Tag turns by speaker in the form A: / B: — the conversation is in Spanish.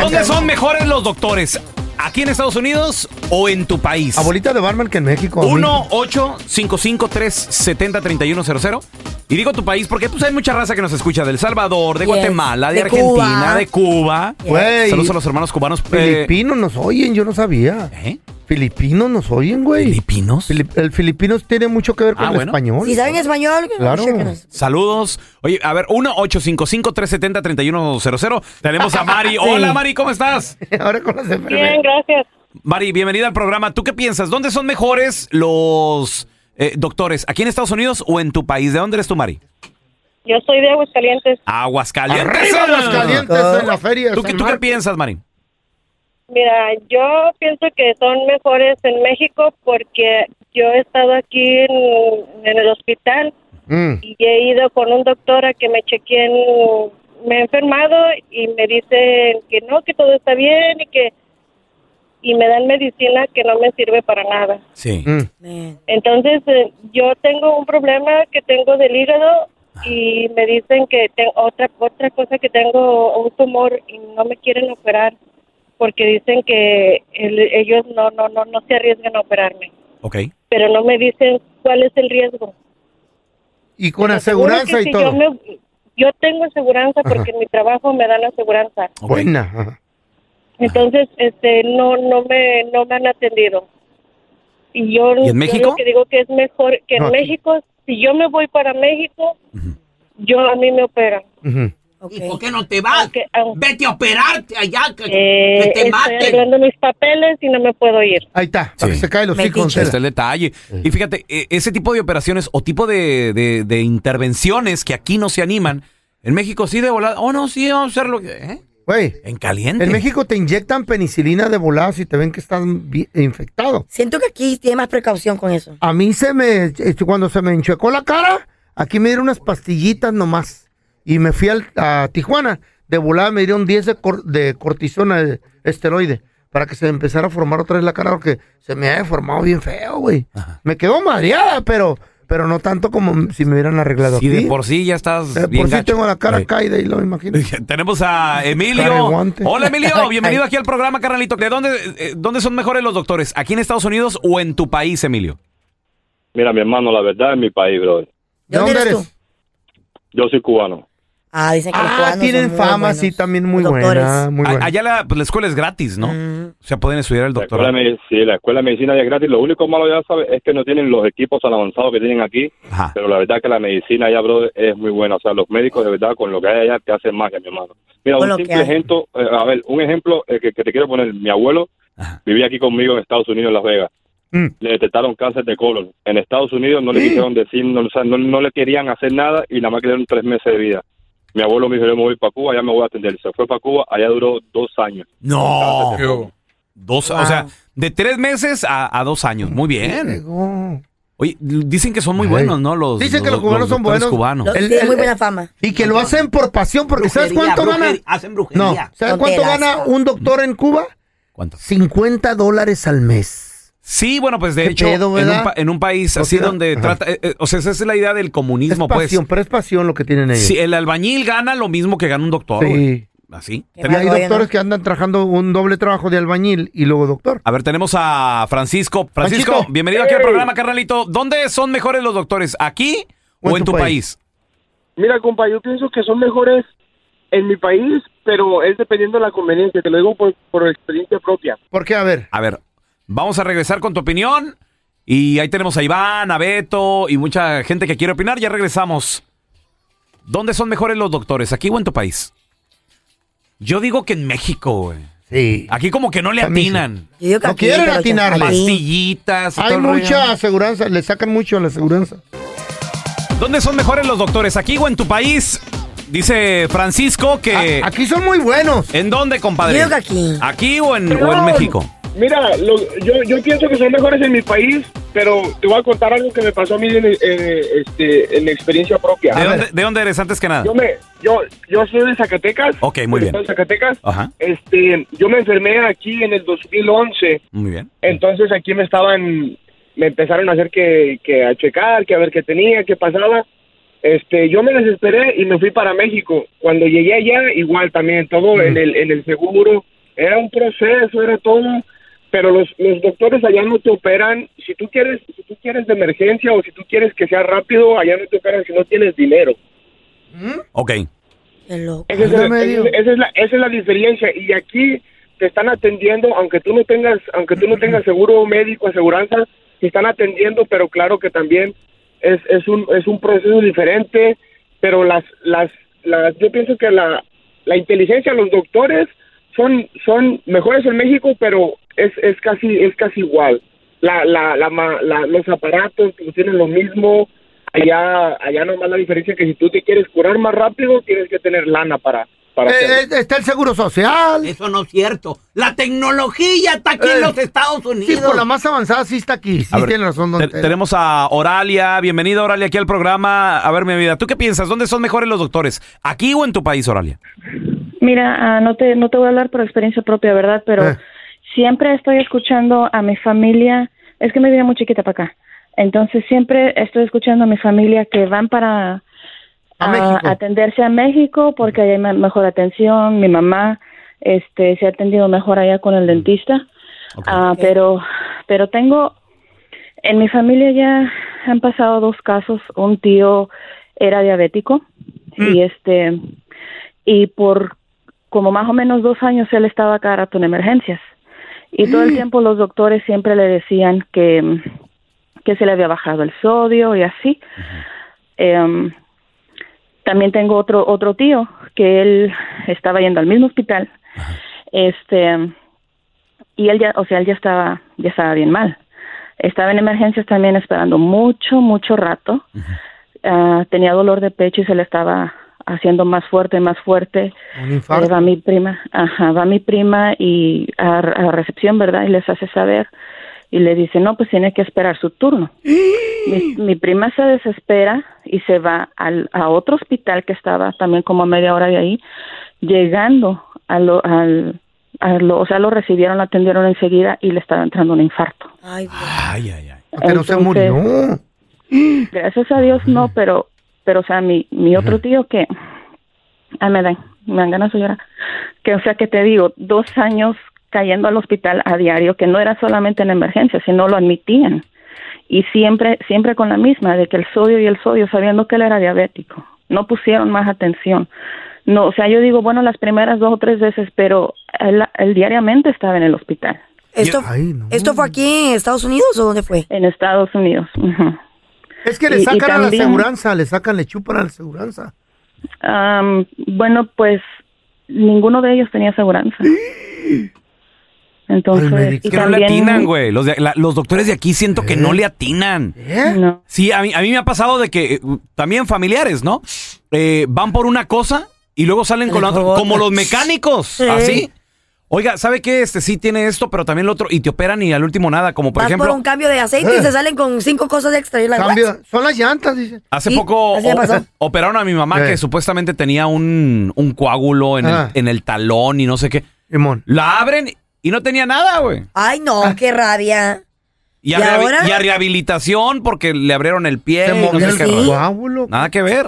A: ¿Dónde son mejores los doctores? ¿Aquí en Estados Unidos o en tu país?
B: Abuelita de Barman que en México. amigo.
A: 1 855 370 3100 Y digo tu país porque pues hay mucha raza que nos escucha del Salvador, de
C: Yes.
A: Guatemala, de,
C: De
A: Argentina,
C: Cuba.
A: de Cuba.
B: Güey.
A: Saludos a los hermanos cubanos. eh,
B: Filipinos nos oyen, yo no sabía.
A: ¿eh?
B: Filipinos nos oyen, güey.
A: ¿Filipinos?
B: Fili- el filipinos tiene mucho que ver con
A: Ah,
B: el
A: bueno.
B: español.
C: Si saben español,
B: Claro.
C: chéquenos.
A: Saludos. Oye, a ver, 1-855-370-3100. Tenemos a Mari. Hola, Mari, ¿cómo estás?
B: Ahora con las
D: Bien,
B: enfermeras.
D: gracias.
A: Mari, bienvenida al programa. ¿Tú qué piensas? ¿Dónde son mejores los eh, doctores? ¿Aquí en Estados Unidos o en tu país? ¿De dónde eres tú, Mari?
D: Yo soy de Aguascalientes.
A: Aguascalientes.
B: Arriba los calientes en la feria. de
A: ¿Tú, qué-
B: San
A: tú qué
B: Marcos.
A: piensas, Mari?
D: Mira, yo pienso que son mejores en México porque yo he estado aquí en, en el hospital
B: Mm.
D: y he ido con un doctor a que me chequeen. Me he enfermado y me dicen que no, que todo está bien y que y me dan medicina que no me sirve para nada.
A: Sí.
B: Mm.
C: Man.
D: Entonces, eh, yo tengo un problema que tengo del hígado y me dicen que tengo otra otra cosa que tengo un tumor y no me quieren operar porque dicen que el- ellos no no no no se arriesgan a operarme,
A: Ok.
D: pero no me dicen cuál es el riesgo.
B: Y con
D: Te aseguro que
B: aseguranza
D: si
B: y todo.
D: Yo, me- yo tengo aseguranza porque en mi trabajo me dan aseguranza.
A: ok.
B: Buena. ajá.
D: Entonces, este, no, no me, no me han atendido. Y yo,
A: ¿Y en
D: yo
A: México?
D: lo que digo que es mejor que
B: No,
D: en
B: aquí.
D: México, si yo me voy para México,
A: Ujú.
D: yo a mí me operan.
B: Ujú.
C: Ok.
E: ¿Y por qué no te
F: Ah,
E: vas?
D: Aunque, aunque,
E: Vete a operarte allá, que,
D: eh,
E: que te
D: estoy
E: maten.
D: arreglando mis papeles y no me puedo ir.
B: Ahí está. para
A: Sí.
B: que se cae los
C: Me
B: hijos.
C: dicho.
A: Este es el detalle. Y fíjate, e- ese tipo de operaciones o tipo de, de- de intervenciones que aquí no se animan, en México sí de volada. Oh, no, sí, vamos a hacerlo. ¿eh?
B: Güey.
A: En caliente.
B: En México te inyectan penicilina de volado si te ven que estás bi- infectado.
C: Siento que aquí tiene más precaución con eso.
B: A mí se me, este, cuando se me enchuecó la cara, aquí me dieron unas pastillitas nomás. Y me fui al- a Tijuana. De volada me dieron 10 de, cor- de cortisona, de esteroide, para que se me empezara a formar otra vez la cara, porque se me había formado bien feo, güey.
A: Ajá.
B: Me quedó madreada, pero, pero no tanto como si me hubieran arreglado
A: Si
B: aquí.
A: de por sí ya estás.
B: De por
A: bien
B: sí
A: gacho.
B: tengo la cara
A: Ey.
B: caída y lo imagino.
A: Tenemos a
B: Cara de
A: Emilio.
B: guante.
A: Hola, Emilio. Bienvenido aquí al programa, carnalito. ¿De dónde, eh, dónde son mejores los doctores? ¿Aquí en Estados Unidos o en tu país, Emilio?
F: Mira, mi hermano, la verdad es mi país, bro.
C: ¿De dónde eres tú?
F: Yo soy cubano.
C: Ah, dicen que los
B: Ah,
C: cubanos
B: tienen
C: son muy
B: fama,
C: buenos.
B: sí, también muy
C: Los
B: buena, muy
A: A-
B: buena.
A: allá la, pues, la escuela es gratis, ¿no?
C: Mm.
A: O sea, pueden estudiar el
F: La escuela,
A: doctorado.
F: de medi- sí, la escuela de medicina ya es gratis. Lo único malo, ya sabes, es que no tienen los equipos tan avanzados que tienen aquí.
A: Ajá.
F: Pero la verdad que la medicina allá, bro, es muy buena. O sea, los médicos, de verdad, con lo que hay allá, te hacen magia, mi hermano. Mira,
C: Con
F: un
C: lo que
F: simple
C: hay.
F: ejemplo, eh, a ver, un ejemplo eh, que, que te quiero poner. Mi abuelo
A: Ajá.
F: vivía aquí conmigo en Estados Unidos, en Las Vegas.
B: Mm.
F: Le detectaron cáncer de colon. En Estados Unidos no le
C: Mm.
F: quisieron decir, no, o sea, no, no le querían hacer nada y nada más que le dieron tres meses de vida. Mi abuelo me dijo, yo me voy para Cuba, allá me voy a atender. Se fue para Cuba, allá duró dos años.
A: No. Dos, O
C: Wow.
A: sea, de tres meses a, a dos años. Muy bien.
B: Llegó.
A: Oye, dicen que son
B: eh,
A: muy
B: Ey.
A: buenos, ¿no? Los,
B: Dicen que los cubanos son
A: doctores
B: buenos.
A: cubanos.
C: Los-
B: El-
C: tienen muy
B: el-
C: buena fama.
B: Y que lo hacen por pasión, porque ¿sabes
E: Brujería,
B: cuánto
E: brujería,
B: gana?
E: Hacen
B: No,
E: brujería.
B: ¿sabes cuánto
C: Tonteras.
B: gana un doctor en Cuba?
A: ¿Cuánto?
B: 50 dólares al mes.
A: Sí, bueno, pues de
B: Qué
A: hecho,
B: pedo,
A: en,
B: ¿verdad?
A: un pa- en un país
B: ¿No
A: así
B: será?
A: donde
B: Ajá.
A: trata. eh, eh, o sea, esa es la idea del
B: Es
A: comunismo, pues.
B: pasión, pero es pasión lo que tienen ellos.
A: Si
B: Sí.
A: el albañil gana lo mismo que gana un doctor, güey. Así.
C: Qué
B: Y
C: mal
B: hay
C: rollo,
B: doctores
C: ¿no?
B: que andan trabajando un doble trabajo de albañil y luego doctor.
A: A ver, tenemos a Francisco. Francisco,
B: Panchito.
A: bienvenido aquí al programa, carnalito. ¿Dónde son mejores los doctores? ¿Aquí o, en tu país?
G: Mira, compa, yo pienso que son mejores en mi país, pero es dependiendo de la conveniencia. Te lo digo por, por experiencia propia.
B: ¿Por qué? A ver.
A: A ver, vamos a regresar con tu opinión. Y ahí tenemos a Iván, a Beto y mucha gente que quiere opinar. Ya regresamos. ¿Dónde son mejores los doctores? ¿Aquí o en tu país? Yo digo que en México, güey.
B: Sí.
A: Aquí como que no le
B: También.
A: atinan.
C: Yo digo que
B: No
C: aquí,
B: quieren
C: pero
B: atinarle.
C: aquí-
A: Pastillitas. y
B: Hay
A: todo el rollo.
B: mucha aseguranza, le sacan mucho a la aseguranza.
A: ¿Dónde son mejores los doctores? ¿Aquí o en tu país? Dice Francisco que...
B: A- Aquí son muy buenos.
A: ¿En dónde, compadre?
C: Yo digo que aquí.
A: ¿Aquí o en,
G: Pero
A: o en
G: no,
A: México?
G: Mira, lo- yo, yo pienso que son mejores en mi país, pero te voy a contar algo que me pasó a mí en, en, este, en experiencia propia.
A: ¿De
B: ver.
A: dónde, de dónde eres antes que nada?
G: Yo me, yo, yo soy de Zacatecas.
A: Ok, muy
G: Soy
A: bien. Ah.
G: de Zacatecas.
A: Ajá,
G: Este, yo me enfermé aquí en el 2011.
A: muy bien.
B: Eh.
G: Entonces aquí me estaban, me empezaron a hacer que, que a checar, que a ver qué tenía, qué pasaba. Este, yo me desesperé y me fui para México. Cuando llegué allá, igual también, todo en, el, en el seguro. Era un proceso, era todo. Pero los, los doctores allá no te operan. Si tú, quieres, si tú quieres de emergencia o si tú quieres que sea rápido, allá no te operan si no tienes dinero.
A: Ok.
C: Qué loco.
G: Ese es
B: Anda
G: el-
B: medio.
G: ese- esa, es la, esa es la diferencia. Y aquí te están atendiendo, aunque tú no tengas, aunque tú no tengas seguro médico, aseguranza, te están atendiendo, pero claro que también es, es un es un proceso diferente. Pero las las, las yo pienso que la, la inteligencia de los doctores son son mejores en México, pero es, es casi es casi igual. La, la, la, ma- la- los aparatos pues, tienen lo mismo, allá allá nomás la diferencia es que si tú te quieres curar más rápido tienes que tener lana para para hacerlo.
B: Eh, eh, está el seguro social.
E: Eso no es cierto. La tecnología está aquí
B: Eh,
E: en los Estados
B: Sí,
E: Unidos.
B: por la más avanzada sí está aquí. Sí
A: A ver,
B: tiene razón, don
A: te-
B: Tela.
A: tenemos a Oralia. Bienvenida, Oralia, aquí al programa. A ver, mi vida, ¿tú qué piensas? ¿Dónde son mejores los doctores? ¿Aquí o en tu país, Oralia?
H: Mira, ah, no te no te voy a hablar por experiencia propia, ¿verdad? Pero
B: Eh.
H: siempre estoy escuchando a mi familia. Es que me vine muy chiquita para acá. Entonces siempre estoy escuchando a mi familia que van
B: A
H: para ah,
B: México.
H: atenderse a México porque hay me- mejor atención. Mi mamá este se ha atendido mejor allá con
B: Mm.
H: el dentista. Ah,
C: Ok.
H: pero pero tengo en mi familia ya han pasado dos casos. Un tío era diabético y este y por como más o menos dos años él estaba cada rato en emergencias y todo el tiempo los doctores siempre le decían que que se le había bajado el sodio y así. Em, también tengo otro otro tío que él estaba yendo al mismo hospital. Este y él ya, o sea, él ya estaba, ya estaba bien mal. Estaba en emergencias también esperando mucho, mucho rato. Ah, tenía dolor de pecho y se le estaba haciendo más fuerte, más fuerte.
B: Un
H: Eh,
B: infarto.
H: va mi prima, ajá, va mi prima y a, a recepción, ¿verdad? Y les hace saber y le dice, no, pues tiene que esperar su turno. mi, mi prima se desespera y se va al, a otro hospital que estaba también como a media hora de ahí, llegando a lo, al, a lo, o sea, lo recibieron, lo atendieron enseguida y le estaba entrando un infarto.
C: Ay, Dios.
A: Ay, ay, ay.
B: Pero se
H: Entonces,
B: murió.
H: Gracias a Dios no, pero, pero o sea, mi, mi otro tío que, ay, me dan, me dan ganas de llorar, que o sea que te digo, dos años cayendo al hospital a diario, que no era solamente en emergencia, sino lo admitían. Y siempre, siempre con la misma, de que el sodio y el sodio, sabiendo que él era diabético, no pusieron más atención. No, o sea, yo digo, bueno, las primeras dos o tres veces, pero él, él diariamente estaba en el hospital,
C: ¿Esto,
B: Ay, no.
C: ¿Esto fue aquí en Estados Unidos o dónde fue?
H: en Estados Unidos. ujú.
B: Es que le
H: Y- y
B: sacan a la
H: también-
B: aseguranza, le sacan, le chupan a la aseguranza.
H: Am, bueno, pues ninguno de ellos tenía aseguranza.
B: Al
H: Entonces,
B: médico.
H: y
A: Que no le
H: también-
A: atinan, güey. Los, de- la- los doctores de aquí siento que no le atinan.
B: ¿Eh?
H: No.
A: Sí, a mí, a mí me ha pasado de que eh, también familiares, ¿no? Eh, van por una cosa y luego salen con la
C: Mejor
A: otra,
C: otra.
A: como los mecánicos,
C: Sí.
A: así. Oiga, ¿sabe qué? Este sí tiene esto, pero también lo otro, y te operan y al último nada, como por
C: Vas
A: ejemplo,
C: por un cambio de aceite y se salen con cinco cosas extra. Y la
B: eh. Cambio. Son las llantas, dice.
A: hace
C: Sí,
A: poco
C: así me
A: o-
C: pasó.
A: operaron a mi mamá
B: Sí.
A: que supuestamente tenía un, un coágulo en,
B: Ah.
A: el, en el talón y no sé qué.
B: Simón.
A: La abren y no tenía nada, güey.
C: Ay, no, qué rabia.
A: Y, a
C: ¿Y
A: rehabi-
C: ahora?
A: y a rehabilitación porque le abrieron el pie.
B: Se
A: y no
B: movió
A: sé
B: el
A: qué rollo.
B: coágulo.
A: Nada que ver.